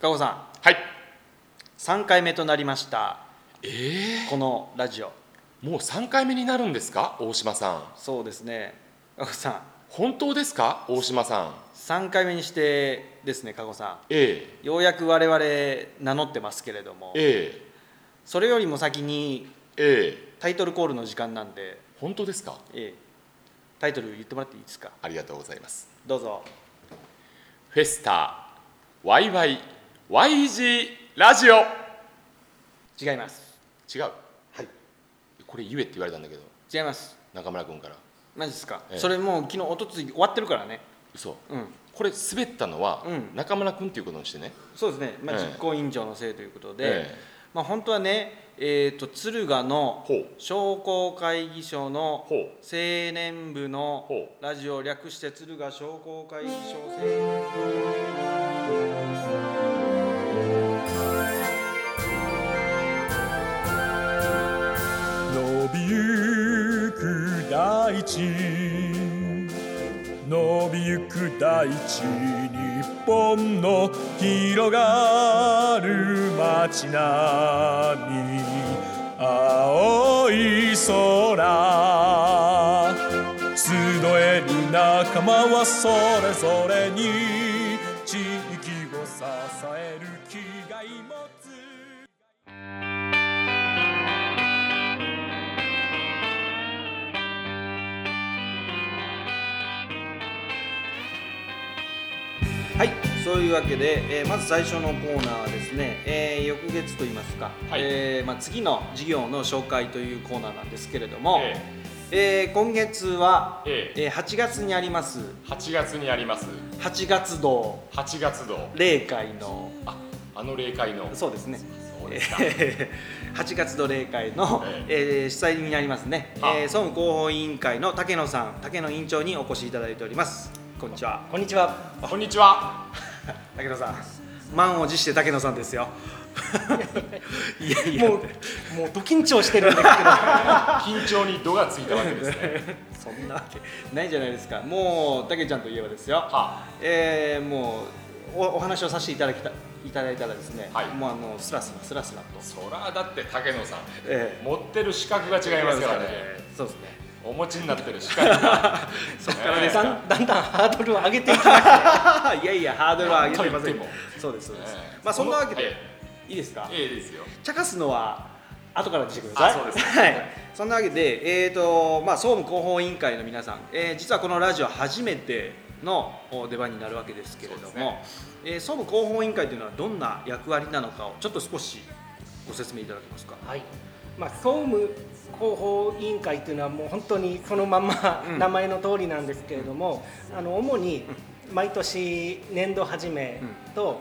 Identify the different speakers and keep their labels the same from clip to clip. Speaker 1: 加護さ
Speaker 2: はい
Speaker 1: ん3回目となりました
Speaker 2: え
Speaker 1: このラジオ
Speaker 2: ー、もう3回目になるんですか大島さん
Speaker 1: そうですね加護さん
Speaker 2: 本当ですか大島さん
Speaker 1: 3回目にしてですね加護さ
Speaker 2: え
Speaker 1: んようやく我々名乗ってますけれども
Speaker 2: ええ
Speaker 1: それよりも先に
Speaker 2: えええ
Speaker 1: タイトルコールの時間なんで、
Speaker 2: 本当ですか
Speaker 1: ええタイトル言ってもらっていいですか
Speaker 2: ありがとうございます
Speaker 1: どうぞ
Speaker 2: フェスタワイワイ YG ラジオ違う
Speaker 1: 違いますはい
Speaker 2: これ言えって言われたんだけど
Speaker 1: 違います
Speaker 2: 中村君から
Speaker 1: マジですか、
Speaker 2: ええ
Speaker 1: それもう昨日おとつい終わってるからね
Speaker 2: 嘘
Speaker 1: うん
Speaker 2: これ滑ったのは
Speaker 1: うん
Speaker 2: 中村君っていうことにしてね、
Speaker 1: そうですね、まあ、
Speaker 2: ええ
Speaker 1: 実行委員長のせいということで、
Speaker 2: ええ
Speaker 1: まあ、本当はね、えー、と敦賀の
Speaker 2: ほう
Speaker 1: 商工会議所の
Speaker 2: ほう
Speaker 1: 青年部の
Speaker 2: ほ
Speaker 1: ラジオ略して敦賀商工会議所青年
Speaker 3: 伸びゆく大地伸びゆく大地日本の広がる街並み青い空集える仲間はそれぞれに地域を支える気概持つ
Speaker 1: 部はいそういうわけで、えーまず最初のコーナーはですね、えー翌月といいますか、
Speaker 2: はい
Speaker 1: えーまあ、次の事業の紹介というコーナーなんですけれども、
Speaker 2: え
Speaker 1: えー今月は、
Speaker 2: ええ
Speaker 1: えー8月にあります
Speaker 2: 8月にあります
Speaker 1: 8月堂
Speaker 2: 8月堂
Speaker 1: 霊会の
Speaker 2: ああの霊界の
Speaker 1: そうですね
Speaker 2: そうで すか
Speaker 1: えー8月の例会の、えー主催になりますね、
Speaker 2: は
Speaker 1: えー総務広報委員会の竹野さん竹野委員長にお越しいただいておりますこんにちは
Speaker 4: こんにちは。
Speaker 2: こんにちは
Speaker 1: 竹野さん満を持して竹野さんです よいやいや
Speaker 4: もう、もうど緊張してるんですけど。
Speaker 2: 緊張に度がついたわけですね
Speaker 1: そんなわけないじゃないですかもう竹ちゃんといえばですよ、
Speaker 2: は
Speaker 1: えーもうおお話をさせていただきたいただいたらですね、
Speaker 2: はい
Speaker 1: もうあのスラスラスラスラと、
Speaker 2: そらだって竹野さん
Speaker 1: え
Speaker 2: 持ってる資格が
Speaker 1: ー
Speaker 2: 違いますからね
Speaker 1: そうですね
Speaker 2: お持ちになってる資格 がそっから
Speaker 4: だ
Speaker 2: ね
Speaker 4: んだんだんハードルを上げていきます。
Speaker 1: いやいやハードルは上げてません
Speaker 2: と言っても
Speaker 1: そうですそうです、
Speaker 2: ええ
Speaker 1: まあそんなわけで、
Speaker 2: え
Speaker 1: いいですか
Speaker 2: えええですよ
Speaker 1: 茶化すのは後からにしてください
Speaker 2: あそうです
Speaker 1: はいそんなわけでえっ、とまあ総務広報委員会の皆さん、えー実はこのラジオ初めてのお出番になるわけですけれども、
Speaker 2: そうですね
Speaker 1: えー総務広報委員会というのはどんな役割なのかをちょっと少しご説明いただけますか
Speaker 4: はい。まあ、総務広報委員会というのはもう本当にそのまんま
Speaker 1: うん
Speaker 4: 名前の通りなんですけれども、あの主に毎年年度始めと、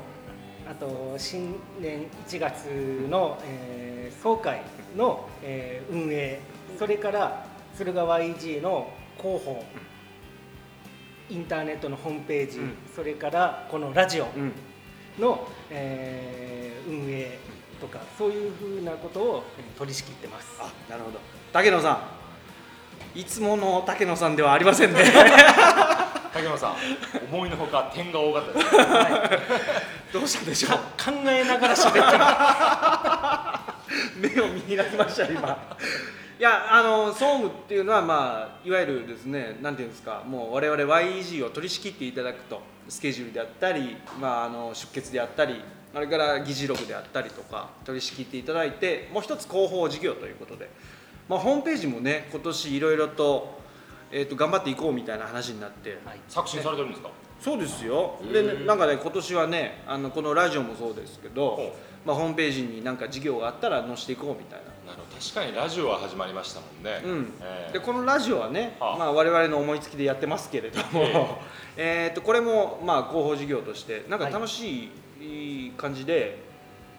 Speaker 4: あと新年1月の、えー総会の、えー運営それから駿河 YG の広報インターネットのホームページ、
Speaker 1: うん
Speaker 4: それからこのラジオ、
Speaker 1: うん
Speaker 4: の、えー運営とかそういうふうなことをえー取り仕切ってます。
Speaker 1: あなるほど竹野さんいつもの竹野さんではありません ね
Speaker 2: 竹野さん 思いのほか点が多かったです
Speaker 1: どうしたんでしょう
Speaker 4: か考えながら喋ってま
Speaker 1: 目を見開きました今いやあの総務っていうのはまあいわゆるですねなんていうんですかもう我々 YEG を取り仕切っていただくとスケジュールであったり、まあ、あの出血であったりあれから議事録であったりとか取り仕切っていただいてもう一つ広報事業ということで、まあ、ホームページもね今年いろいろと,、えー、と頑張っていこうみたいな話になって、
Speaker 4: す。はい。
Speaker 2: 作詞されてるんですか
Speaker 1: そうですよ
Speaker 2: へ
Speaker 1: で
Speaker 2: ー
Speaker 1: ねなんかね今年はねあのこのラジオもそうですけど
Speaker 2: ほ、
Speaker 1: まあ、ホームページになんか事業があったら載せていこうみたいな。
Speaker 2: なるほど確かにラジオは始まりましたもんね
Speaker 1: うん
Speaker 2: ええ
Speaker 1: でこのラジオはね、
Speaker 2: はあ
Speaker 1: まあ、我々の思いつきでやってますけれども、 えーとこれもまあ広報事業としてなんか楽しい感じで、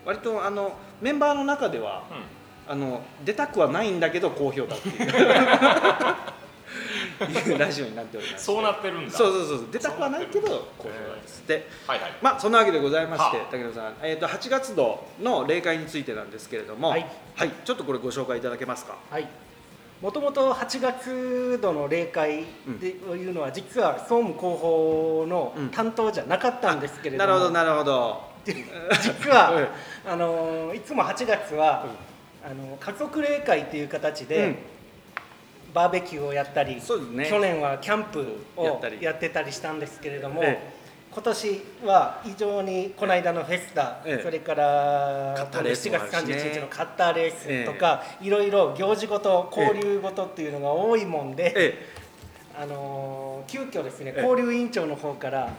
Speaker 1: 割とあのメンバーの中では
Speaker 2: うん
Speaker 1: あの出たくはないんだけど好評だっていういうラジオになっております。
Speaker 2: そうなってるんだ
Speaker 1: そうそうそうそう出たくはないけど好評なんですって。
Speaker 2: はいはい
Speaker 1: まあそんなわけでございまして
Speaker 2: は、あ
Speaker 1: 竹野さん、えっ、と8月度の例会についてなんですけれども、
Speaker 4: はい
Speaker 1: はい、ちょっとこれご紹介いただけますか。
Speaker 4: はい。もともと8月度の例会でというのは実は総務広報の担当じゃなかったんですけれども、
Speaker 1: なるほどなるほど
Speaker 4: っていう実はあのいつも8月は、あの家族例会っていう形で、
Speaker 1: うん
Speaker 4: バーベキューをやったり、
Speaker 1: そうですね
Speaker 4: 去年はキャンプ
Speaker 1: やっ
Speaker 4: を
Speaker 1: たり
Speaker 4: やってたりしたんですけれども、
Speaker 1: え
Speaker 4: 今年は非常にこの間のフェスタ、
Speaker 1: ええ
Speaker 4: それから
Speaker 1: カッターレース
Speaker 4: 7
Speaker 1: もあ
Speaker 4: 月
Speaker 1: るしね
Speaker 4: 31日のカッターレースとか、いろいろ行事ごと交流ごとっていうのが多いもんで。
Speaker 1: え
Speaker 4: あのー急遽ですね
Speaker 1: ええ
Speaker 4: 交流委員長の方から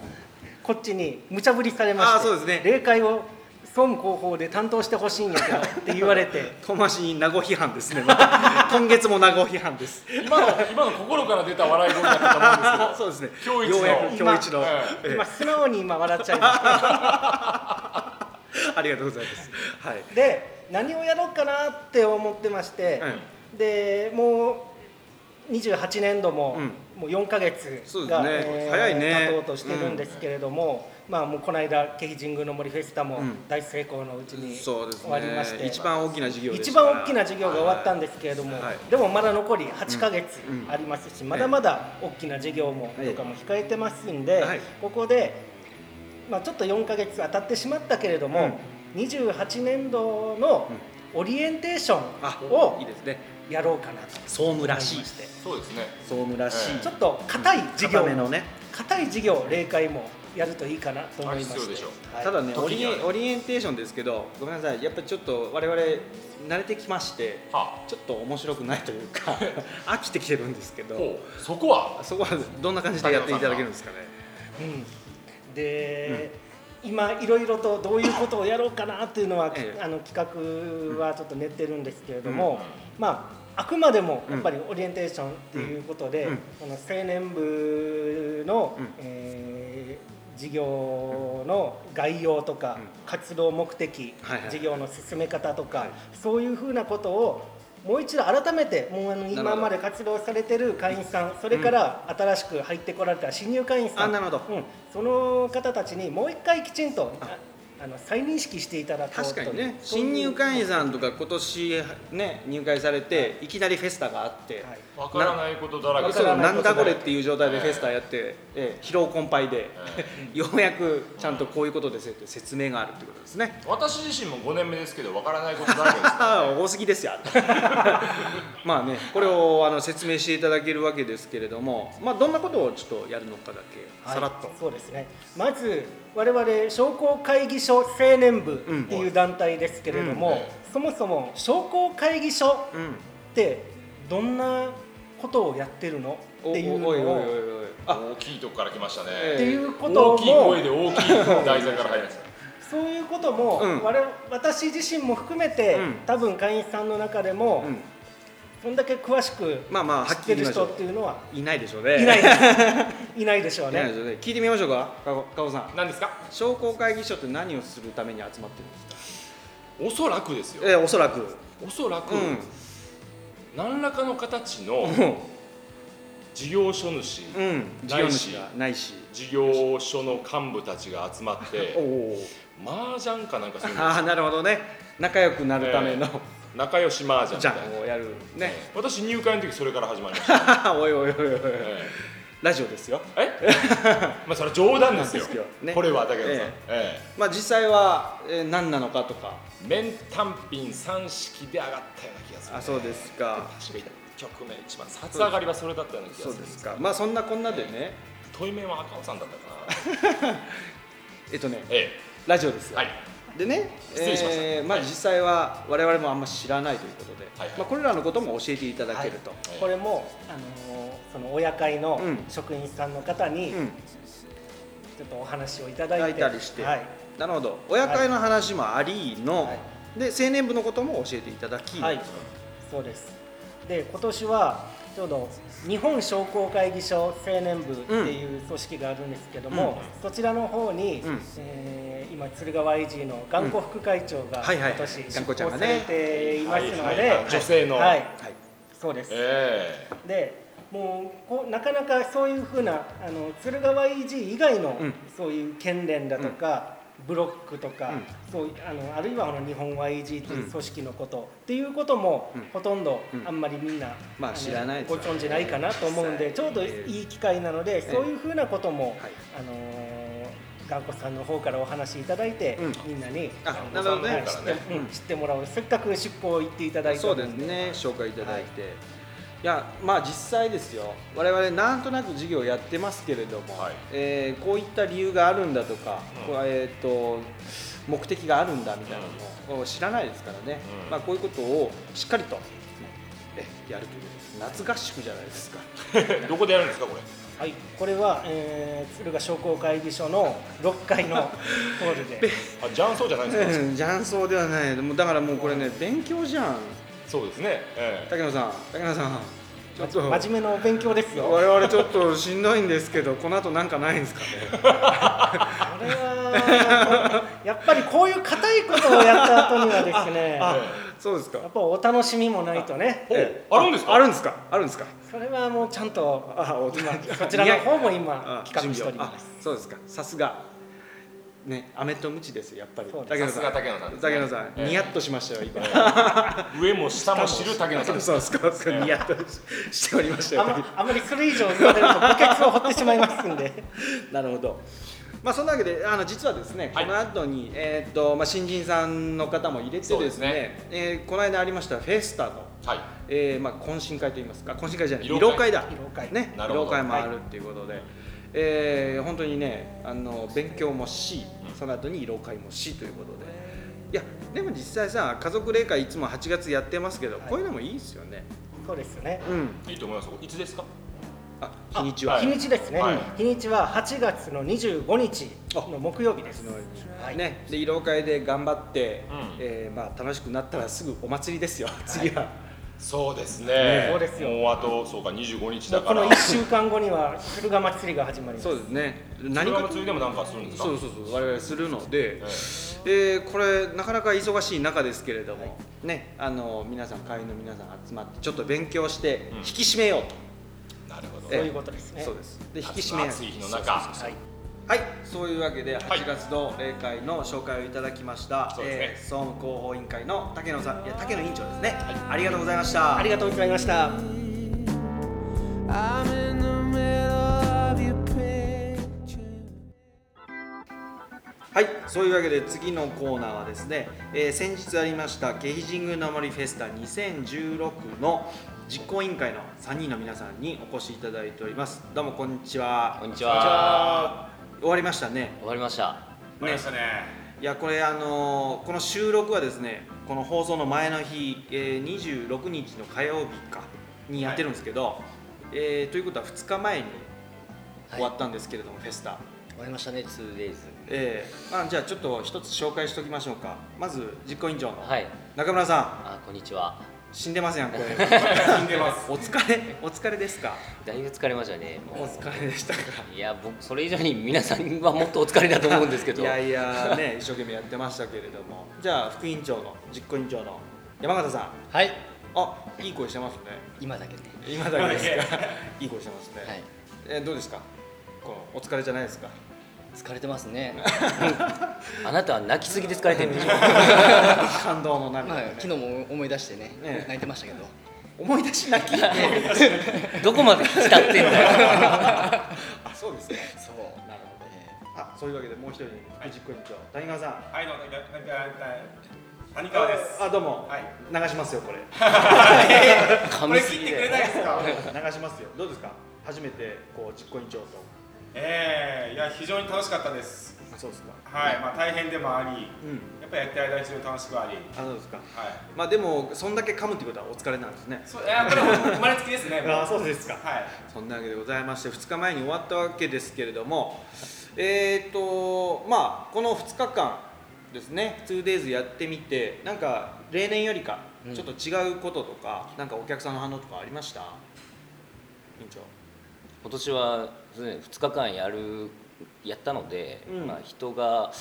Speaker 4: こっちに無茶ぶりされまして
Speaker 1: あーそうですね
Speaker 4: 例会を総務広報で担当してほしいんやけどって言われ て
Speaker 1: え、遠回しに名護批判ですね、ま た今月も名護批判です。
Speaker 2: 今の今の心から出た笑い声だったと思うんですけど
Speaker 1: そうですね、
Speaker 2: 今日
Speaker 1: よ
Speaker 2: 一の
Speaker 1: うやく今日一の、
Speaker 2: 今
Speaker 1: ええ
Speaker 4: 今素直に今笑っちゃいました
Speaker 1: ありがとうございます。はい、
Speaker 4: で何をやろうかなって思ってまして、
Speaker 1: え
Speaker 4: でもう28年度も、
Speaker 1: う
Speaker 4: もう4か月
Speaker 1: そうです
Speaker 4: が、
Speaker 1: ね早いね
Speaker 4: 経とうとしてるんですけれども、まあもうこの間京肥神宮の森フェスタも
Speaker 1: うん
Speaker 4: 大成功のうちに終
Speaker 1: そうです
Speaker 4: わりまして、
Speaker 1: ね、一番大きな事業です
Speaker 4: 一
Speaker 1: か
Speaker 4: 番
Speaker 1: ら
Speaker 4: 大きな事業が終わったんですけれども、
Speaker 1: はい
Speaker 4: でもまだ残り8ヶ月
Speaker 1: うんうん
Speaker 4: ありますし、まだまだ大きな事業も
Speaker 1: ええ
Speaker 4: とかも控えてますんで、
Speaker 1: はい
Speaker 4: ここで、まあ、ちょっと4ヶ月当たってしまったけれども、28年度のオリエンテーショ
Speaker 1: あ
Speaker 4: ンを
Speaker 1: いいですね、
Speaker 4: やろうかなと
Speaker 1: 総務らしい
Speaker 4: 思ま、して
Speaker 2: そうですね
Speaker 1: 総務らしい、
Speaker 2: ええ
Speaker 4: ちょっと硬い事業
Speaker 1: 固めのね、
Speaker 4: 硬い事業例会もやるといいかなと思いまして
Speaker 2: あ必要でしょ
Speaker 4: はい
Speaker 1: ただねオ
Speaker 2: 時
Speaker 1: リ
Speaker 2: に
Speaker 1: エ
Speaker 2: は
Speaker 1: ンオリエンテーションですけどごめんなさいやっぱりちょっと我々慣れてきまして
Speaker 2: は
Speaker 1: ちょっと面白くないという か飽きてきてるんですけ
Speaker 2: あ
Speaker 1: ど
Speaker 2: ほうそこは
Speaker 1: そこはどんな感じでやっていただけるんですかね
Speaker 4: うん、で、今いろいろとどういうことをやろうかなっていうのは、
Speaker 1: ええ
Speaker 4: あの企画はちょっと練ってるんですけれども、まああくまでもやっぱりオリエンテーションっていうことで、
Speaker 1: うんうん
Speaker 4: この青年部の、
Speaker 1: うん
Speaker 4: えー事業の概要とか、
Speaker 1: うん
Speaker 4: 活動目的、
Speaker 1: はいはい
Speaker 4: 事業の進め方とか、そういうふうなことをもう一度改めてもうあの
Speaker 1: なるほ
Speaker 4: 今
Speaker 1: ど
Speaker 4: まで活動されてる会員さんそれから新しく入ってこられた新入会員さん
Speaker 1: あなるほど
Speaker 4: うん、その方たちにもう一回きちんとああの再認識していただこう
Speaker 1: 確かに
Speaker 4: という
Speaker 1: ね新入会員さんとか今年ね入会されていきなりフェスタがあって、
Speaker 4: はい
Speaker 2: わからないことだらけ
Speaker 4: わ
Speaker 1: そ
Speaker 4: か
Speaker 1: う
Speaker 4: ら
Speaker 1: な
Speaker 4: ない
Speaker 1: ん
Speaker 4: こと
Speaker 1: だ
Speaker 4: だ
Speaker 1: こ
Speaker 4: らけ
Speaker 1: れっていう状態でフェスタやって、ええ疲労困憊で、 ようやくちゃんとこういうことですよって説明があるってことですね。
Speaker 2: 私自身も5年目ですけどわからないことだらけです
Speaker 1: ああ多すぎですよ まあねこれをあの説明していただけるわけですけれども、まあ、どんなことをちょっとやるのかだけ
Speaker 4: はい
Speaker 1: さらっと、
Speaker 4: そうですねまず我々商工会議所青年部っていう団体ですけれども、
Speaker 2: うんうん
Speaker 4: そもそも商工会議所
Speaker 1: うん
Speaker 4: ってどんなことをやってるの
Speaker 1: お
Speaker 4: っていうの
Speaker 1: おいおいおいおい
Speaker 4: を
Speaker 1: おいあ
Speaker 2: 大きいとこから来ましたね、
Speaker 1: え
Speaker 4: っていうこと
Speaker 2: 大
Speaker 4: を
Speaker 2: きい声で大きい台座から入りました
Speaker 4: そういうことも、
Speaker 1: うん
Speaker 4: 我々私自身も含めて、
Speaker 1: うん
Speaker 4: 多分会員さんの中でも、
Speaker 1: うん、
Speaker 4: そんだけ詳しく
Speaker 1: まあまあは
Speaker 4: 知
Speaker 1: っ
Speaker 4: っ
Speaker 1: き
Speaker 4: て
Speaker 1: り言いま
Speaker 4: る
Speaker 1: しょ
Speaker 4: 人
Speaker 1: う
Speaker 4: っていうのは、
Speaker 1: いないでしょうね
Speaker 4: いないです いないでしょう
Speaker 1: いないで
Speaker 4: ね
Speaker 1: しょうね聞いてみましょうかかごかごさん
Speaker 2: 何ですか
Speaker 1: 商工会議所って何をするために集まってるんですか
Speaker 2: おそらくですよ
Speaker 1: ええおそらく
Speaker 2: おそらく、
Speaker 1: うん
Speaker 2: 何らかの形の事業所主、
Speaker 1: うん事業主がないし
Speaker 2: 事業所の幹部たちが集まっ
Speaker 1: お
Speaker 2: て
Speaker 1: お
Speaker 2: 麻雀かなんかするんです
Speaker 1: ああなるほどね仲良くなるための、
Speaker 2: 仲良し麻雀 み
Speaker 1: じ
Speaker 2: たい
Speaker 1: ゃ
Speaker 2: な、
Speaker 1: んをやるね、
Speaker 2: 私入会の時それから始まりました、
Speaker 1: おいおいおいおいおい
Speaker 2: え
Speaker 1: ラジオですよ
Speaker 2: ええまあそれは冗談ですよ
Speaker 1: ですよね
Speaker 2: これはだけどさん、
Speaker 1: え
Speaker 2: え
Speaker 1: まあ実際は、えー何なのかとか
Speaker 2: え面単品三式で上がったような気がする、ね、
Speaker 1: あそうですか
Speaker 2: 確か一曲目一番札上がりはそれだったような気
Speaker 1: そ
Speaker 2: が
Speaker 1: う
Speaker 2: す
Speaker 1: で
Speaker 2: る
Speaker 1: すかまあそんなこんなでね
Speaker 2: 問い面は赤尾さんだったかな
Speaker 1: えっとね
Speaker 2: え
Speaker 1: ラジオです
Speaker 2: え
Speaker 1: よ、
Speaker 2: はい
Speaker 1: でね
Speaker 2: 失礼しました
Speaker 1: えーまあ
Speaker 2: はい
Speaker 1: 実際は我々もあんま知らないということで、
Speaker 2: はいはい
Speaker 1: まあ、これらのことも教えていただけると、
Speaker 2: ええ
Speaker 4: これも、あのーその親会の
Speaker 1: うん
Speaker 4: 職員さんの方に
Speaker 1: うん
Speaker 4: ちょっとお話をいただいて,、
Speaker 1: いただいたりして
Speaker 4: はい
Speaker 1: なるほど親会の話もありの、
Speaker 4: は
Speaker 1: で青年部のことも教えていただき、
Speaker 4: はいそうですで今年はちょうど日本商工会議所青年部っていう組織があるんですけども、そちらの方に、
Speaker 1: うん
Speaker 4: えー今鶴川 IG の頑固副会長が
Speaker 1: んはいはい
Speaker 4: 今年
Speaker 1: 頑
Speaker 4: 執
Speaker 1: 固
Speaker 4: 行
Speaker 1: ちゃんが
Speaker 4: さ
Speaker 1: ね
Speaker 4: れていますので、
Speaker 2: はいはいはい女性の
Speaker 4: はい
Speaker 1: はい
Speaker 4: そうです、
Speaker 2: え
Speaker 4: でもうこうなかなかそういうふうなあの鶴川 EG 以外の、
Speaker 1: うん
Speaker 4: そういう県連だとか、ブロックとか、
Speaker 1: うん
Speaker 4: そういあのあるいはあの日本 YG といううん組織のこと、っていうことも、
Speaker 1: うん
Speaker 4: ほとんど、
Speaker 1: うん
Speaker 4: あんまりみんな、
Speaker 1: まあ
Speaker 4: の
Speaker 1: 知らないです
Speaker 4: ご
Speaker 1: よね
Speaker 4: 存じないかなと思うんで、
Speaker 1: 実
Speaker 4: ち
Speaker 1: 際
Speaker 4: ょうどいい機会なので、そういうふうなことも、
Speaker 1: はい
Speaker 4: あのー頑固さんの方からお話いただいて、
Speaker 1: う
Speaker 4: みんなに
Speaker 1: あ
Speaker 4: 頑
Speaker 1: な
Speaker 4: 固
Speaker 1: る
Speaker 4: さ
Speaker 1: ほ
Speaker 4: ん
Speaker 1: どね
Speaker 4: の方知って,、
Speaker 1: うん
Speaker 4: 知ってもらおうせっかく出向行っていただいた
Speaker 1: そ
Speaker 4: の
Speaker 1: うですね紹介いただいて、い、やまあ実際ですよ我々なんとなく事業やってますけれども、
Speaker 2: はい
Speaker 1: えーこういった理由があるんだとか、
Speaker 2: うん
Speaker 1: こうえー、と目的があるんだみたいなのを知らないですからね、
Speaker 2: うん
Speaker 1: まあ、こういうことをしっかりと、ねえやるということです夏合宿じゃないです か
Speaker 2: どこでやるんですかこれ
Speaker 4: はい、これは、えー、鶴ヶ商工会議所の6階のホールで
Speaker 2: あジャンソーじゃないんですか、
Speaker 1: 雀荘ではないもうだからもうこれね勉強じゃん
Speaker 2: そうですね、え
Speaker 1: 竹野さん竹野さんちょっと
Speaker 4: 真面目なお勉強ですよこれ
Speaker 1: 我々ちょっとしんどいんですけどこの後なんかないんですかね
Speaker 4: はやっぱりこういう硬いことをやった後にはです
Speaker 2: え
Speaker 4: ねや
Speaker 1: そうですか
Speaker 4: っぱお楽しみもないとね
Speaker 2: えほうあるんですか
Speaker 1: あるんですかあるんですか
Speaker 4: それはもうちゃんと
Speaker 1: あお
Speaker 4: 今そちらの方も今企画しております
Speaker 1: すそうですかさすがねアメとムチですよやっぱり
Speaker 4: そうです
Speaker 1: 竹野
Speaker 2: さ
Speaker 1: さ
Speaker 2: す
Speaker 1: ん
Speaker 2: が竹野さんですね
Speaker 1: 竹野さん
Speaker 2: ええ
Speaker 1: ニヤッとしましたよ今
Speaker 2: 上も下も知る竹野さんです
Speaker 1: そうです かそうですかニヤッとしておりました
Speaker 4: あ
Speaker 1: よ
Speaker 4: まあまりそれ以上言われると墓穴を掘ってしまいますんで
Speaker 1: なるほど。まあそんなわけであの実はですね、
Speaker 2: はい
Speaker 1: この後にえーっとまあ新人さんの方も入れて
Speaker 2: そうで
Speaker 1: ですす
Speaker 2: ね
Speaker 1: ね、えーこの間ありましたフェスタの。
Speaker 2: はい
Speaker 1: えーまあ懇親会といいますか懇親会じゃない慰
Speaker 2: 慰労
Speaker 1: 労
Speaker 2: 会
Speaker 1: 会だ
Speaker 4: 慰労会
Speaker 1: ね
Speaker 2: な
Speaker 1: 慰
Speaker 2: るほど
Speaker 1: 労会もあるっていうことで、えー本当にねあの勉強もしその後に慰労会もしということでいやでも実際さ家族例会いつも8月やってますけど、こういうのもいいですよね
Speaker 4: そうですよね
Speaker 1: うん
Speaker 2: いいと思いますいつですか
Speaker 1: あ日にちは
Speaker 2: あはい
Speaker 4: 日にちですね、
Speaker 2: はい
Speaker 4: 日にちは8月の25日の木曜日ですはい
Speaker 1: ね、で慰労会で頑張って、
Speaker 2: うん
Speaker 1: えーまあ、楽しくなったらすぐお祭りですよ、次は。
Speaker 2: そうですね
Speaker 4: そうですよ
Speaker 2: もうあとそうか25日だ
Speaker 4: もうこ
Speaker 2: から
Speaker 4: の1週間後には駿河祭りが始まります
Speaker 1: そうですね、何
Speaker 2: 何か
Speaker 1: か
Speaker 2: もついでもなんかするんですか
Speaker 1: そうそうそう、我々するので、
Speaker 2: え
Speaker 1: えーこれ、なかなか忙しい中ですけれども、ね、あの皆さん、会員の皆さん集まって、ちょっと勉強して、
Speaker 2: うん
Speaker 1: 引き締めようと、
Speaker 2: えなるほど、
Speaker 4: そういうことですね
Speaker 1: そうです、で引き締め
Speaker 2: 暑い日の中
Speaker 4: はい
Speaker 1: はい、そういうわけで、
Speaker 2: はい
Speaker 1: 8月の例会の紹介をいただきました、
Speaker 2: そうですね
Speaker 1: えー総務広報委員会の竹野さん、いや竹野委員長ですね、ありがとうございました。
Speaker 4: ありがとうございました。
Speaker 5: I'm in the middle of your picture.
Speaker 1: はい、そういうわけで次のコーナーはですね、えー先日ありました下飛神宮の森フェスタ2016の実行委員会の3人の皆さんにお越しいただいておりますどうもこんにちは
Speaker 6: こんにちは。
Speaker 1: 終わりましたね
Speaker 6: 終わりました。
Speaker 1: 終わりましたねいやこれあのーこの収録はですねこの放送の前の日、えー26日の火曜日かにやってるんですけど、えーということは2日前に終わったんですけれども、フェスタ
Speaker 6: 終わりましたね、2days。
Speaker 1: ええまあ、じゃあちょっと一つ紹介しておきましょうかまず実行委員長の
Speaker 6: はい。
Speaker 1: 中村さん
Speaker 6: あ、こんにちは。
Speaker 1: 死んでますやん これ
Speaker 2: 死んでます
Speaker 1: お疲れお疲れですか
Speaker 6: だいぶ疲れましたね。も
Speaker 1: お疲れでしたか
Speaker 6: ういや、僕それ以上に皆さんはもっとお疲れだと思うんです けど。
Speaker 1: いやいやね 一生懸命やってましたけれどもじゃあ副委員長の実行委員長の山形さん
Speaker 6: はい。
Speaker 1: あいい声してますね
Speaker 6: 今だけね。
Speaker 1: 今だけですかいい声してますね、
Speaker 6: はい。
Speaker 1: えどうですかこのお疲れじゃないですか
Speaker 6: 疲れてますね。 あなたは泣きすぎで疲れてるんでしょ
Speaker 1: 感動の涙、
Speaker 7: まあ
Speaker 1: ね、
Speaker 7: 昨日も思い出してね、
Speaker 1: ええ
Speaker 7: 泣いてましたけど、
Speaker 1: 思い出し泣 き
Speaker 6: どこまで浸ってんだよ。
Speaker 1: あそうですね
Speaker 7: そう、
Speaker 1: なるほど
Speaker 7: え
Speaker 1: あそういうわけでもう一人副実行委員長谷川さん
Speaker 8: はい、どうも、だだだ谷川です。
Speaker 1: あどうも、
Speaker 8: はい
Speaker 1: 流しますよこれ
Speaker 8: こ
Speaker 6: 噛
Speaker 8: れ
Speaker 6: みす
Speaker 8: 聞
Speaker 6: ぎ
Speaker 8: いて
Speaker 6: だ
Speaker 8: くれ
Speaker 6: よ
Speaker 8: ないですか。
Speaker 1: 流しますよどうですか初めてこう実行委員長と
Speaker 8: ええいや、非常に楽しかったです。
Speaker 1: そうですか
Speaker 8: はい、まあ、大変でもあり、
Speaker 1: うん
Speaker 8: やっぱりやってる間は非常に楽しくあり。はい。
Speaker 1: あそうですかまあでもそんだけ噛むってことはお疲れなんですね
Speaker 8: そう、いや、これは生まれつきですね。もう
Speaker 1: あそうですか
Speaker 8: はい。
Speaker 1: そんなわけでございまして2日前に終わったわけですけれどもえっ、とまあこの2日間ですね 2days やってみてなんか例年よりか
Speaker 6: うん
Speaker 1: ちょっと違うこととか、なんかお客さんの反応とかありました委員長
Speaker 6: 今年は2日間やるやったので、
Speaker 1: うん
Speaker 6: まあ人が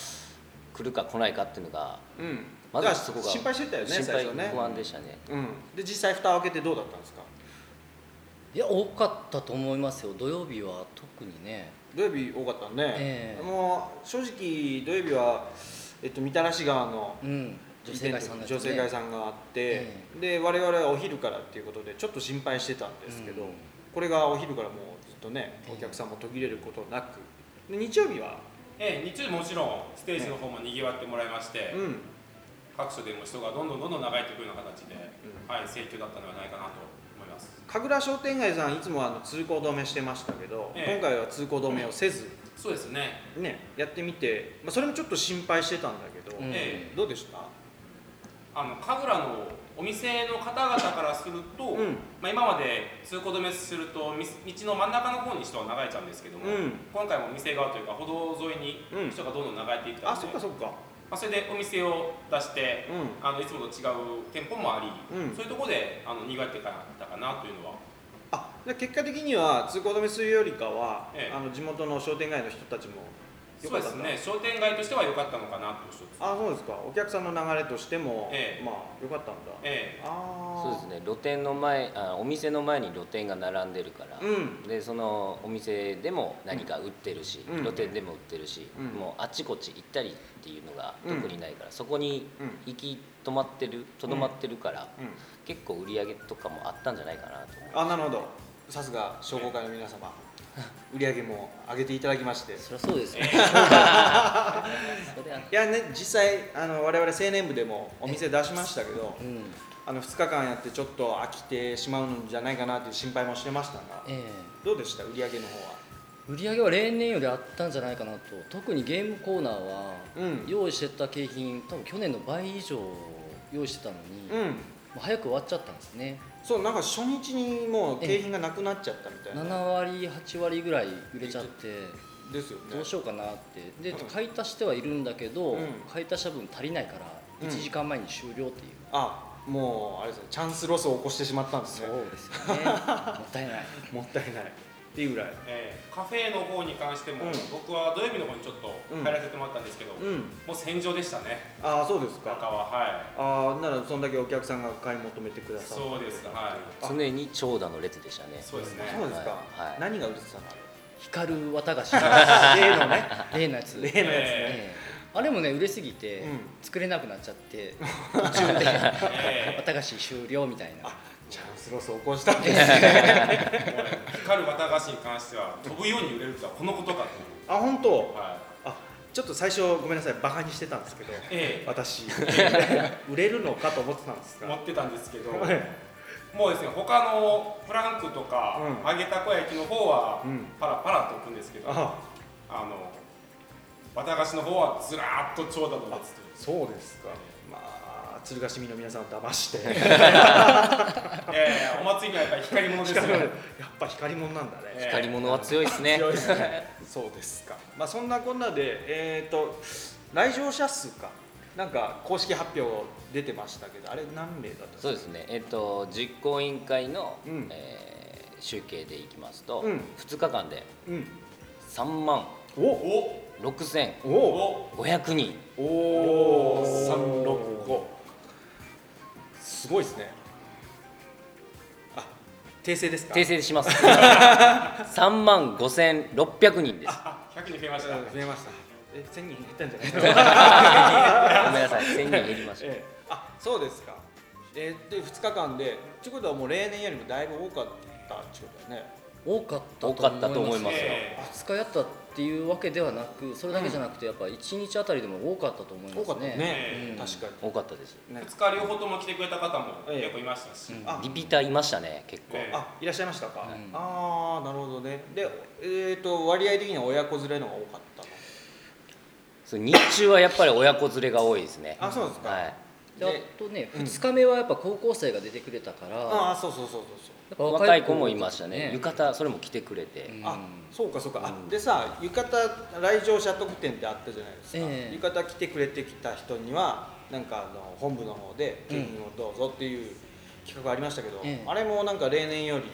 Speaker 6: 来るか来ないかっていうのが
Speaker 1: うん
Speaker 6: ま
Speaker 1: だ
Speaker 6: ず
Speaker 1: から
Speaker 6: そこが
Speaker 1: 心配してたよね
Speaker 6: 心
Speaker 1: 最
Speaker 6: 配
Speaker 1: 初ね
Speaker 6: 不安でしたね。
Speaker 1: うんで実際蓋を開けてどうだったんですか
Speaker 7: えいや、多かったと思いますよ、土曜日は特にね、
Speaker 1: 土曜日多かったね、
Speaker 7: ええ
Speaker 1: もう正直土曜日は、えっと、みたらし川の
Speaker 7: うん、女性会さんだ
Speaker 1: イベン
Speaker 7: っ
Speaker 1: ト女
Speaker 7: たね
Speaker 1: 性会さんがあって、
Speaker 7: え
Speaker 1: で我々はお昼からっていうことでちょっと心配してたんですけど、
Speaker 7: うん
Speaker 1: これがお昼からもうずっとねお客さんも途切れることなくで日曜日は
Speaker 2: ええ日中もちろんステージの方もにぎわってもらいまして、
Speaker 1: うん
Speaker 2: 各所でも人がどんどんどんどん流れてくるような形で、はい、盛況だったのではないかなと思います。
Speaker 1: 神楽商店街さんいつもあの通行止めしてましたけど、
Speaker 2: ええ
Speaker 1: 今回は通行止めをせず、
Speaker 2: そうですね。
Speaker 1: ね、やってみて、まあ、それもちょっと心配してたんだけど、
Speaker 7: うん
Speaker 2: え
Speaker 1: どうでした
Speaker 2: あの神楽のお店の方々からすると、
Speaker 1: うん
Speaker 2: まあ、今まで通行止めするとみ道の真ん中の方に人は流れちゃうんですけども、
Speaker 1: うん
Speaker 2: 今回も店側というか歩道沿いに人がどんどん流れていった
Speaker 1: あ
Speaker 2: ので、
Speaker 1: そっかそっか
Speaker 2: まあ、それでお店を出して、
Speaker 1: う
Speaker 2: あのいつもと違う店舗もあり、
Speaker 1: うん
Speaker 2: そういうところであのにぎわってかったかなというのは
Speaker 1: あじゃあ結果的には通行止めするよりかは、
Speaker 2: ええ
Speaker 1: あの地元の商店街の人たちもよ
Speaker 2: そ
Speaker 1: かっ
Speaker 2: うで
Speaker 1: たん
Speaker 2: す
Speaker 1: だ
Speaker 2: ね商店街としては良かったのかなという一つ、
Speaker 1: あそうですかお客さんの流れとしても、
Speaker 2: ええ
Speaker 1: まあよかったんだ、
Speaker 2: ええ
Speaker 1: ああ
Speaker 6: そうですね露店の前あお店の前に露店が並んでるから、
Speaker 1: う
Speaker 6: でそのお店でも何か売ってるし、
Speaker 1: うん
Speaker 6: 露店でも売ってるし、
Speaker 1: うん
Speaker 6: もうあっちこっち行ったりっていうのが
Speaker 1: うん
Speaker 6: 特にないから、そこに
Speaker 1: うん
Speaker 6: 行き止まってるとどまってるから、
Speaker 1: うん
Speaker 6: 結構売り上げとかもあったんじゃないかなと思う
Speaker 1: あなるほどさすが商工会の皆様 売り上げも上げていただきまして
Speaker 7: そりゃそうです よそりゃ
Speaker 1: いやね実際あの我々青年部でもお店出しましたけど
Speaker 7: うん
Speaker 1: あの2日間やってちょっと飽きてしまうんじゃないかなという心配もしてましたが
Speaker 7: ええ
Speaker 1: どうでした売り上げの方は
Speaker 7: 売り上げは例年よりあったんじゃないかなと特にゲームコーナーは、
Speaker 1: うん
Speaker 7: 用意してた景品多分去年の倍以上用意してたのに、
Speaker 1: うん
Speaker 7: もう早く終わっちゃったんですね
Speaker 1: そうなんか初日にもう景品がなくなっちゃったみたいな
Speaker 7: 7割8割ぐらい売れちゃって
Speaker 1: ですよね
Speaker 7: どうしようかなってで買い足してはいるんだけど、
Speaker 1: うん
Speaker 7: 買い足した分足りないから
Speaker 1: うん
Speaker 7: 1時間前に終了っていう、
Speaker 1: あもうあれですねチャンスロスを起こしてしまったんですね
Speaker 7: そうですよね もったいない
Speaker 1: もったいないっていうぐらい
Speaker 2: ええカフェの方に関しても、
Speaker 1: うん
Speaker 2: 僕は土曜日の方にちょっと入らせてもらったんですけど、
Speaker 1: うん
Speaker 2: もう戦場でしたね
Speaker 1: ああそうです
Speaker 2: 中
Speaker 1: か
Speaker 2: ははい
Speaker 1: ああならそんだけお客さんが買い求めてくださった
Speaker 2: そうですは
Speaker 1: あ
Speaker 6: 常に長蛇の列でしたね
Speaker 2: いそうですね
Speaker 1: そうですか、
Speaker 6: はいはい
Speaker 1: 何が売れてたの
Speaker 7: 光る綿菓子
Speaker 1: あれ例のね
Speaker 7: 例のやつ、
Speaker 1: 例
Speaker 7: え
Speaker 1: のやつね、
Speaker 7: えあれもね売れすぎて、
Speaker 1: うん
Speaker 7: 作れなくなっちゃって途中で
Speaker 2: え
Speaker 7: 綿菓子終了みたいな
Speaker 1: チャンスロスを起こしたんですね
Speaker 2: えもう光る綿菓子に関しては飛ぶように売れるとはこのことかという
Speaker 1: あ本当
Speaker 2: はい
Speaker 1: あちょっと最初ごめんなさいバカにしてたんですけど
Speaker 2: え
Speaker 1: 私 売れるのかと思ってたんです
Speaker 2: え持
Speaker 1: が
Speaker 2: ってたんですけど
Speaker 1: はい
Speaker 2: もうですね他のフランクとか、
Speaker 1: うん
Speaker 2: 揚げたこ焼きの方は、
Speaker 1: うん
Speaker 2: パラパラと置くんですけどあ
Speaker 1: あ
Speaker 2: の綿菓子の方はずらーっと長蛇の列という
Speaker 1: そうですかまあ鶴ヶ市民の皆さんを騙 して
Speaker 2: いやいやお祭りにはやっぱり光り物ですよ
Speaker 1: 光るやっぱ光り物なんだね、
Speaker 2: ええ
Speaker 6: 光り物は強いですね、
Speaker 1: 強いですねそうですかまあそんなこんなでえっ、と来場者数かなんか公式発表出てましたけどあれ何名だったんです
Speaker 6: そうですね、えっと、実行委員会の、
Speaker 1: うん
Speaker 6: えー集計でいきますと、
Speaker 1: うん
Speaker 6: 2日間で
Speaker 1: うん
Speaker 6: 3万
Speaker 1: おお
Speaker 6: 6500
Speaker 1: お
Speaker 2: お
Speaker 6: 人
Speaker 1: おお
Speaker 2: 三六
Speaker 1: 五すごいですねあ訂正ですか
Speaker 6: 訂正します 3万5600人です
Speaker 2: あ100人増えました
Speaker 1: あ増えましたえ千人減ったんじゃないですか
Speaker 6: ごめんなさい1000人減りました
Speaker 1: ええ あそうですかえーで2日間でってことはもう例年よりもだいぶ多かったってことだよね
Speaker 7: 多かったと
Speaker 6: 多かったと思いますよ、
Speaker 2: え
Speaker 7: 2日やったっていうわけではなくそれだけじゃなくてやっぱ1日あたりでも多かったと思いますね
Speaker 1: 多かったね
Speaker 2: え
Speaker 7: え
Speaker 1: 確か
Speaker 6: 多かったです
Speaker 1: に、ね
Speaker 2: え2日両方とも来てくれた方も
Speaker 1: ええ
Speaker 2: 結構いましたし、
Speaker 1: あ
Speaker 6: リピーターいましたね結構、
Speaker 2: ええ
Speaker 1: あいらっしゃいましたか、
Speaker 7: うん
Speaker 1: ああなるほどねでえっ、と割合的には親子連れの方が多かったの
Speaker 6: そう日中はやっぱり親子連れが多いですね
Speaker 1: あそうですか
Speaker 6: はい、
Speaker 7: で
Speaker 1: で
Speaker 7: あとね
Speaker 1: うん
Speaker 7: 2日目はやっぱ高校生が出てくれたから、
Speaker 1: ああそうそうそうそうそう
Speaker 7: やっぱ
Speaker 6: 若い子もいましたね
Speaker 7: ね
Speaker 6: 浴衣それも着てくれて、
Speaker 7: うん
Speaker 1: あそうかそうか、あでさ浴衣来場者特典ってあったじゃないですか、
Speaker 7: ええ
Speaker 1: 浴衣着てくれてきた人にはなんかあの本部の方で景品をどうぞっていう企画ありましたけど、
Speaker 7: ええ
Speaker 1: あれもなんか例年より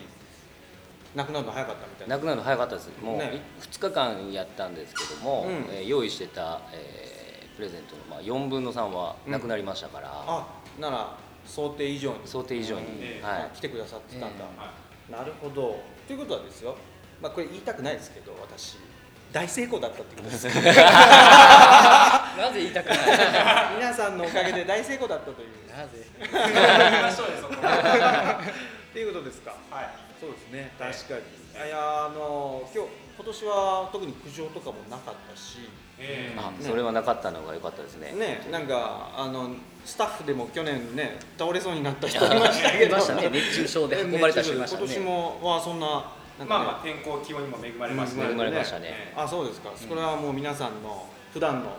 Speaker 1: なくなるの早かったみたいな
Speaker 6: なくなるの早かったですもう
Speaker 1: ね
Speaker 6: 2日間やったんですけども、
Speaker 1: うん
Speaker 6: えー用意してた、えープレゼントの、まあ、4分の3はなくなりましたから、
Speaker 1: あなら想定以上に、
Speaker 6: 想定以上に、
Speaker 2: ええ
Speaker 6: はい
Speaker 1: 来てくださってたんだ、
Speaker 7: え
Speaker 2: は
Speaker 1: なるほど。ということはですよ、まあ、これ言いたくないですけど、私、大成功だったってことですよ
Speaker 7: なぜ言いた くない
Speaker 1: 皆さんのおかげで大成 功だったという。
Speaker 7: なぜ
Speaker 2: い、行きましょうよそこはい
Speaker 1: っていうことですか。そうですね確かに、いやあの今日今年は特に苦情とかもなかったし
Speaker 8: ええ
Speaker 6: あそれはなかったのが良かったですね
Speaker 1: ねなんかあのスタッフでも去年ね倒れそうになった人いましたけ
Speaker 7: い
Speaker 1: ど
Speaker 7: ましたね熱中症で 運ばれた人いましたね
Speaker 1: 今年もはそんなな
Speaker 8: まあ
Speaker 1: んかね
Speaker 8: まあ天候気温にも恵まれました
Speaker 1: 恵
Speaker 6: 生
Speaker 1: ま
Speaker 6: ま
Speaker 1: れ
Speaker 6: れ
Speaker 1: ま
Speaker 6: ま
Speaker 1: し
Speaker 6: したた
Speaker 8: ね
Speaker 6: ね
Speaker 1: あそうですか、これはもう皆さんの普段の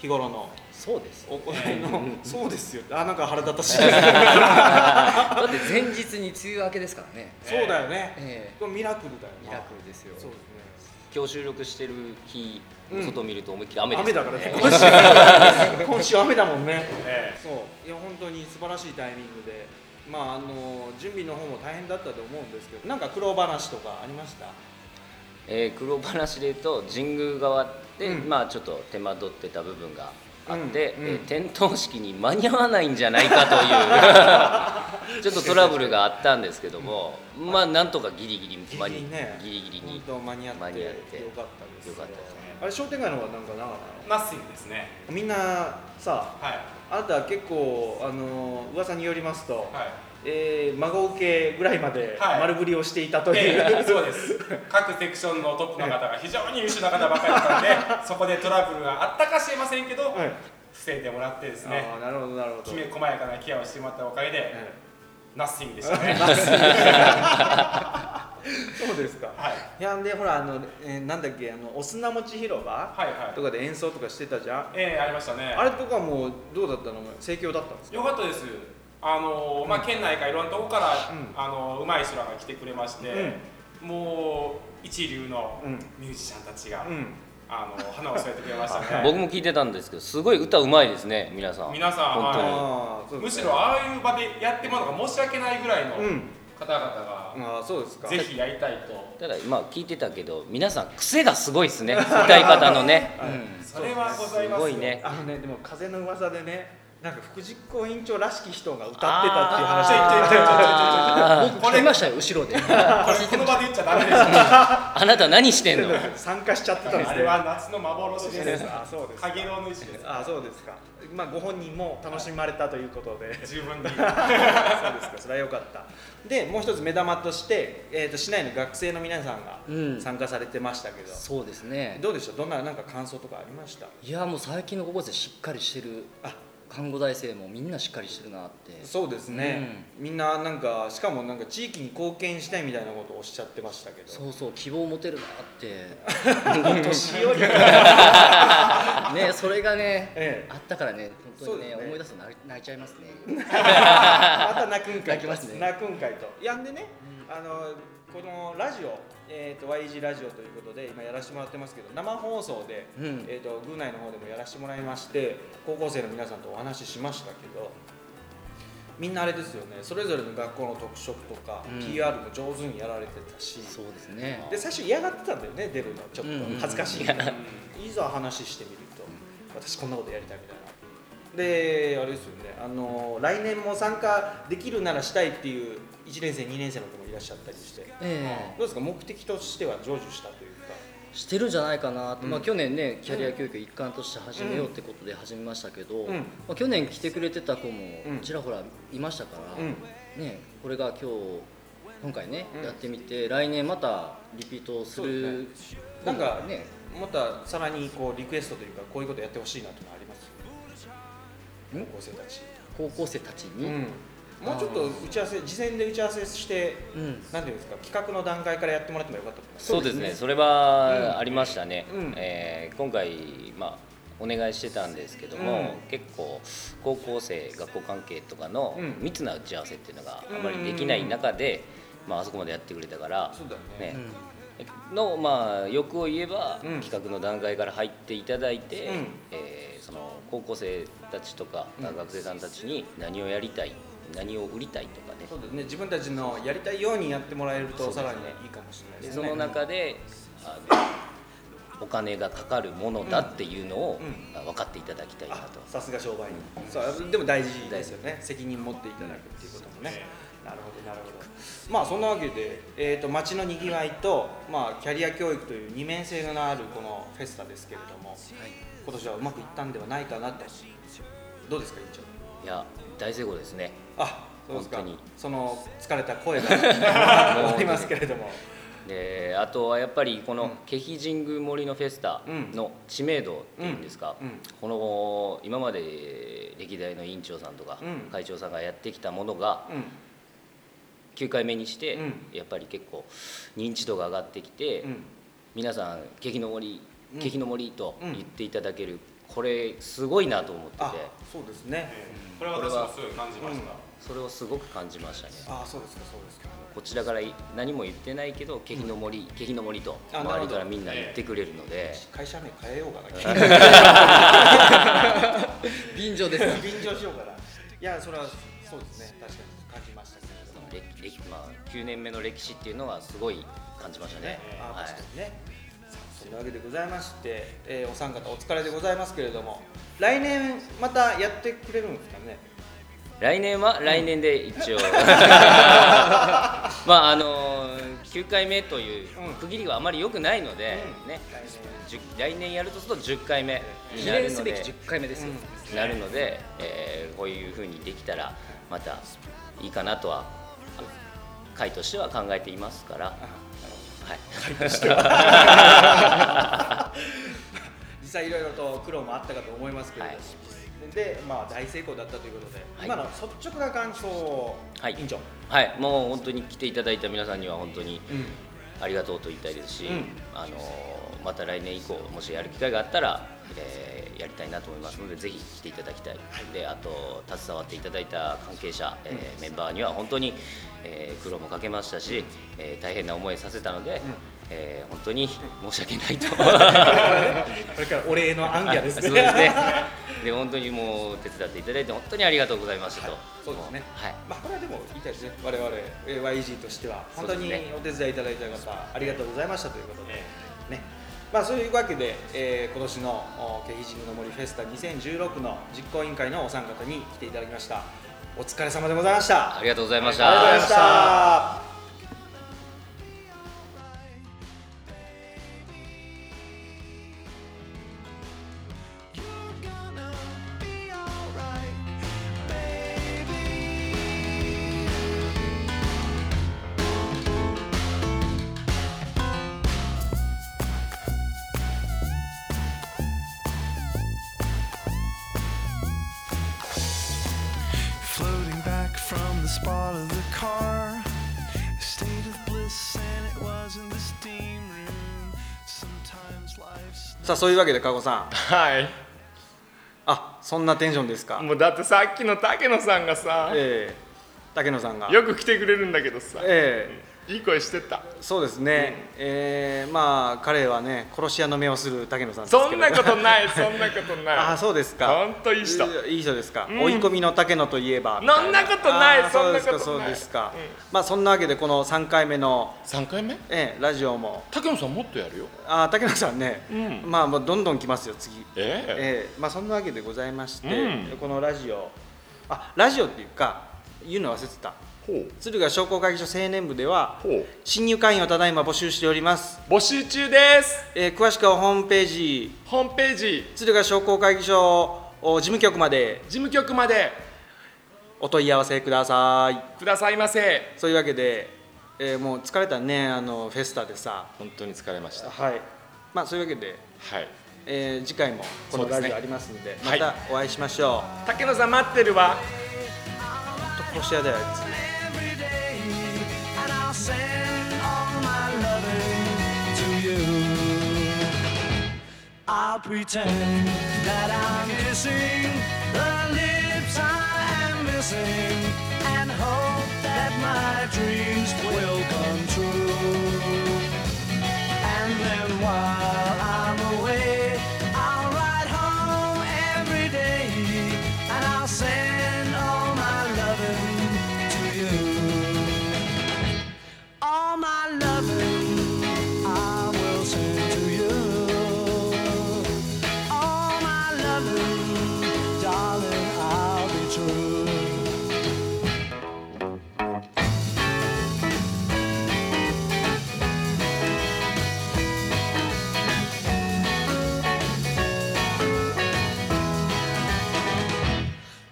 Speaker 1: 日頃の
Speaker 7: そうです
Speaker 1: 行いの、そうですよあなんか腹立たしい
Speaker 7: だって前日に梅雨明けですからね
Speaker 1: そうだよね、
Speaker 7: ええ
Speaker 1: これミラクルだよね
Speaker 7: ミラクルですよ
Speaker 1: そうですね
Speaker 6: 今日収録してる日
Speaker 1: うん
Speaker 6: 外見ると思いっきり雨です
Speaker 1: 雨だからね今週今週雨だもんね
Speaker 8: え
Speaker 1: そういや本当に素晴らしいタイミングでまああの準備の方も大変だったと思うんですけどなんか苦労話とかありました
Speaker 6: えー、黒話で言うと神宮側で、
Speaker 1: うん
Speaker 6: まあ、ちょっと手間取ってた部分があって、
Speaker 1: うん
Speaker 6: え
Speaker 1: うん
Speaker 6: ー点灯式に間に合わないんじゃないかと いうちょっとトラブルがあったんですけども、まあなんとかギリギリ間に
Speaker 1: ギリギリね
Speaker 6: ギリギリに
Speaker 1: 本当間に合って
Speaker 6: 間に合って
Speaker 1: よかったです
Speaker 6: よかったです
Speaker 1: あれ商店街の方はなんかなかった
Speaker 8: えナッシングですね
Speaker 1: のみんなさ
Speaker 8: はい
Speaker 1: あなたは結構あの噂によりますと、
Speaker 8: はい
Speaker 1: えー孫請けぐらいまで
Speaker 8: はい
Speaker 1: 丸振りをしていたという、
Speaker 8: ええそうです各セクションのトップの方が非常に優秀な方ばかりだったのでそこでトラブルがあったか知れませんけど、
Speaker 1: はい
Speaker 8: 防いでもらってです
Speaker 1: あ
Speaker 8: ね
Speaker 1: あなるほどなるほど
Speaker 8: きめ細やかなケアをしてもらったおかげで、
Speaker 1: え
Speaker 8: ナッシングでしたね
Speaker 1: えそうですか、
Speaker 8: はい
Speaker 1: いやんでほらあの、えーなんだっけあのお砂持ち広場、
Speaker 8: はいはい
Speaker 1: とかで演奏とかしてたじゃん
Speaker 8: ええありましたね
Speaker 1: あれとかもうどうだったの盛況だったんですか
Speaker 8: よかったですあのーまあ、県内からいろんなとこから、
Speaker 1: うん
Speaker 8: あのーうまい人らが来てくれまして、もう一流の
Speaker 1: うん
Speaker 8: ミュージシャンたちが、
Speaker 1: うん
Speaker 8: あのー花を添えてくれましたね
Speaker 6: 僕も聞いてたんですけどすごい歌うまいですね皆さん
Speaker 8: 皆さん
Speaker 6: 本当に、
Speaker 8: は
Speaker 1: ああそうで
Speaker 8: む
Speaker 1: す
Speaker 8: し
Speaker 1: ね
Speaker 8: ろああいう場でやってもらうのが申し訳ないぐらいの方
Speaker 1: うん
Speaker 8: 々が、
Speaker 1: ああそうですか
Speaker 8: ぜひやりたいと
Speaker 6: ただまあ聞いてたけど皆さん癖がすごいですね歌い方のね、
Speaker 8: それはござい
Speaker 6: す
Speaker 8: ます
Speaker 6: ごいね
Speaker 1: あのねでも風の噂でねなんか副実行委員長らしき人が歌ってたっていう話
Speaker 8: ちょいちょいちょいちょいちょいちょい
Speaker 7: 僕聞きましたよ後ろで
Speaker 8: これこの場で言っちゃダメですよ
Speaker 6: あなた何してんの
Speaker 1: 参加しちゃってたんです
Speaker 8: あれは夏の幻です
Speaker 1: あそうです
Speaker 8: 影楼の石です
Speaker 1: ああそうですかまあご本人も楽しまれたということでそうです
Speaker 8: 十分に
Speaker 1: か それは良かったでもう一つ目玉として、えー、と市内の学生の皆さんが
Speaker 7: うん
Speaker 1: 参加されてましたけど、
Speaker 7: そうですね
Speaker 1: どうでしたどんななんか感想とかありました
Speaker 7: いやもう最近の高校生しっかりしてる
Speaker 1: あ
Speaker 7: 看護大生もみんなしっかりしてるなって
Speaker 1: そうですね、みんななんかしかもなんか地域に貢献したいみたいなことをおっしゃってましたけど
Speaker 7: そうそう希望持てるなって
Speaker 1: 年寄り
Speaker 7: ねそれがね、
Speaker 1: ええ
Speaker 7: あったからね本当にね
Speaker 1: そうだね
Speaker 7: 思い出すと泣い泣いちゃいます ね
Speaker 1: また泣くんかい
Speaker 7: 泣きますね
Speaker 1: 泣くんかいとやんでね、あのこのラジオ、えー、と YG ラジオということで今やらせてもらってますけど生放送で、
Speaker 7: うん
Speaker 1: えー、と郡内の方でもやらせてもらいまして高校生の皆さんとお話ししましたけどみんなあれですよねそれぞれの学校の特色とか、
Speaker 7: うん
Speaker 1: PR も上手にやられてたし
Speaker 7: そうですね
Speaker 1: で最初嫌がってたんだよね出るのちょっと
Speaker 7: うんうんうん
Speaker 1: 恥ずかしいから、いざ話してみると私こんなことやりたいみたいなであれですよねあの来年も参加できるならしたいっていう1年生2年生の子もいらっしゃったりしてど
Speaker 7: え
Speaker 1: うですか目的としては成就したというか
Speaker 7: えしてるんじゃないかなって、
Speaker 1: うん
Speaker 7: まあ、去年ねキャリア教育一環として始めようってことで始めましたけど、
Speaker 1: うん
Speaker 7: まあ、去年来てくれてた子も
Speaker 1: うん
Speaker 7: ちらほらいましたから、
Speaker 1: うん
Speaker 7: ねこれが今日今回ね、
Speaker 1: うん
Speaker 7: やってみて来年またリピートす
Speaker 1: そ
Speaker 7: る
Speaker 1: うですねなんか
Speaker 7: ね
Speaker 1: またさらにこうリクエストというかこういうことやってほしいなというのはあります
Speaker 7: ん
Speaker 1: 高校生たち、
Speaker 7: 高校生たち
Speaker 1: う
Speaker 7: に、
Speaker 1: ん、もうちょっと打ち合わせ事前で打ち合わせして、
Speaker 7: うん
Speaker 1: なんていうんですか企画の段階からやってもらってもよかったと思います
Speaker 6: そうですね、それ
Speaker 1: うん
Speaker 6: はありましたね、
Speaker 1: うん
Speaker 6: えー今回、まあ、お願いしてたんですけども、結構、高校生、学校関係とかの
Speaker 1: うん
Speaker 6: 密な打ち合わせっていうのが
Speaker 1: うん
Speaker 6: あまりできない中で、まあ、あそこまでやってくれたから、
Speaker 1: そうだよね
Speaker 6: ね
Speaker 7: うん
Speaker 6: の、まあ、欲を言えば、
Speaker 1: うん
Speaker 6: 企画の段階から入っていただいて、
Speaker 1: うん
Speaker 6: えーその高校生たちとか、学生さんたちに何をやりたい、何を売りたいとかね
Speaker 1: そ。うですね自分たちのやりたいようにやってもらえる
Speaker 6: そ
Speaker 1: と
Speaker 6: うです
Speaker 1: さ
Speaker 6: ね
Speaker 1: らにねいいかもしれない
Speaker 6: で
Speaker 1: です
Speaker 6: そ
Speaker 1: ね
Speaker 6: の中であのお金がかかるものだっていうのを、
Speaker 1: う
Speaker 6: あ分かっていただきたいな
Speaker 1: あ
Speaker 6: と
Speaker 1: さすが商売人そうでも大事ですよね責任持っていただくっていうこともねなるほどなるほどまあそんなわけで、えー、と町のにぎわいと、まあ、キャリア教育という二面性のあるこのフェスタですけれども、今年はうまくいったんではないかなとどうですか委員長
Speaker 6: いや大成功ですね
Speaker 1: あそうですか
Speaker 6: 本当に
Speaker 1: その疲れた声 がありますけれども
Speaker 6: であとはやっぱりこ
Speaker 1: うん
Speaker 6: の「気比神宮森のフェスタ」の知名度っていうんですか、
Speaker 1: うんうん
Speaker 6: この今まで歴代の委員長さんとか
Speaker 1: うん
Speaker 6: 会長さんがやってきたものが
Speaker 1: うん
Speaker 6: 9回目にして、
Speaker 1: うん
Speaker 6: やっぱり結構認知度が上がってきて、
Speaker 1: うん
Speaker 6: 皆さん「劇の森
Speaker 1: うん
Speaker 6: 劇の森」と言っていただける、これすごいなと思ってて
Speaker 1: あそうですね
Speaker 8: これは私もすごい感じました、
Speaker 6: それをすごく感じましたね
Speaker 1: あそうですかそうですか
Speaker 6: こちらから何も言ってないけど「劇の森」「劇の森」と
Speaker 1: あなるほど
Speaker 6: 周りからみんな言ってくれるので。
Speaker 1: 会社名変えようかな
Speaker 7: 便乗です
Speaker 1: 便乗しようかないやそれはそうですね確かに感じましたけれども
Speaker 6: 歴歴まあ、9年目の歴史っていうのはすごい感じましたね。
Speaker 1: あ
Speaker 6: はい
Speaker 1: 確かにね、さあというわけでございまして、えーお三方お疲れでございますけれども来年またやってくれるんですかね
Speaker 6: 来年は来年で 一応、まああの9回目という
Speaker 1: うん
Speaker 6: 区切りはあまり良くないので、
Speaker 1: うん
Speaker 6: ね
Speaker 1: 来年
Speaker 6: じゅ来年やるとすると10回目に
Speaker 7: 記
Speaker 6: な
Speaker 7: 念
Speaker 6: る
Speaker 7: す
Speaker 6: の
Speaker 7: べ
Speaker 6: で
Speaker 7: き10回目ですよ、
Speaker 6: なるので、えーこういう風にできたらまたいいかなとはあ会としては考えていますから、は
Speaker 1: あなるほど
Speaker 6: い、
Speaker 1: 実際いろいろと苦労もあったかと思いますけれども、
Speaker 6: は
Speaker 1: でまあ大成功だったということで、
Speaker 6: はい
Speaker 1: 今の率直な感想を、
Speaker 6: はい
Speaker 1: 委員長、
Speaker 6: はい、もう本当に来ていただいた皆さんには本当に
Speaker 1: うん
Speaker 6: ありがとうと言いたいですし、
Speaker 1: うん
Speaker 6: あのーまた来年以降もしやる機会があったら、えーやりたいなと思いますのでぜひ来ていただきたい、であと携わっていただいた関係者、えーメンバーには本当に、えー苦労もかけましたし、えー大変な思いさせたので、えー本当に申し訳な いと
Speaker 1: これからお礼の暗夜ですね
Speaker 6: そ うですねで本当にもう手伝っていただいて本当にありがとうございましたと、
Speaker 1: そうですね
Speaker 6: はい
Speaker 1: まあこれはでも言いたいですね我々えー YG としては
Speaker 6: そ
Speaker 1: 本
Speaker 6: う
Speaker 1: 当
Speaker 6: です
Speaker 1: に
Speaker 6: ね
Speaker 1: お手伝いいただいた方ありがとうございましたということでねまあそういうわけで、えー今年のおケヒジングの森フェスタ2016の実行委員会のお三方に来ていただきましたお疲れ様でございました
Speaker 6: ありがとうございまし
Speaker 1: ありがとうございま
Speaker 6: た
Speaker 1: した
Speaker 5: floating back from the spot of the car. A state of bliss, and it was in the steam room. Sometimes life's
Speaker 1: さあそういうわけで加護さん
Speaker 2: はい
Speaker 1: あそんなテンションですか
Speaker 2: もうだってさっきの竹野さんがさ
Speaker 1: ええ竹野さんが
Speaker 2: よく来てくれるんだけどさ
Speaker 1: ええ
Speaker 2: いい声してた
Speaker 1: そうですね、ええまあ彼はね殺し屋の目をする竹野さんですけど
Speaker 2: そんなことないそんなことない
Speaker 1: ああそうですか
Speaker 2: ほんといい人
Speaker 1: いい人ですか、追い込みの竹野といえばみたい
Speaker 2: そんなことない
Speaker 1: あー
Speaker 2: そ
Speaker 1: そうんで
Speaker 2: な
Speaker 1: すか
Speaker 2: こ
Speaker 1: そ
Speaker 2: と
Speaker 1: う
Speaker 2: ない
Speaker 1: ですか、まあそんなわけでこの3回目の、
Speaker 2: 3回目
Speaker 1: ええラジオも
Speaker 2: 竹野さんもっとやるよ
Speaker 1: あー竹野さんね、
Speaker 2: う
Speaker 1: まあもうどんどん来ますよ次
Speaker 2: え
Speaker 1: ええまあそんなわけでございまして、
Speaker 2: うん
Speaker 1: このラジオあラジオっていうか言うの忘れてた
Speaker 2: ほう
Speaker 1: 敦賀商工会議所青年部では
Speaker 2: ほう
Speaker 1: 新入会員をただいま募集しております、
Speaker 2: 募集中です
Speaker 1: えー詳しくはホームページ
Speaker 2: ホームページ
Speaker 1: 敦賀商工会議所事務局まで
Speaker 2: 事務局まで
Speaker 1: お問い合わせください
Speaker 2: くださいませ
Speaker 1: そういうわけで、えーもう疲れたねあのフェスタでさ
Speaker 2: 本当に疲れました
Speaker 1: は
Speaker 2: は
Speaker 1: いまあそういうわけで、
Speaker 2: い
Speaker 1: えー次回もこの
Speaker 2: そうです
Speaker 1: ラ
Speaker 2: ね
Speaker 1: ジオありますんで
Speaker 2: はい
Speaker 1: またお会いしましょう
Speaker 2: 竹野さん待ってるわ
Speaker 1: とこし屋では
Speaker 5: every day, and I'll send all my loving to you. I'll pretend that I'm kissing the lips I am missing, and hope that my dreams will come true. And then while I'm away, I'll ride home every day and I'll send all my loving to you. All my loving I will send to you. All my loving, darling, I'll be true.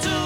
Speaker 3: too.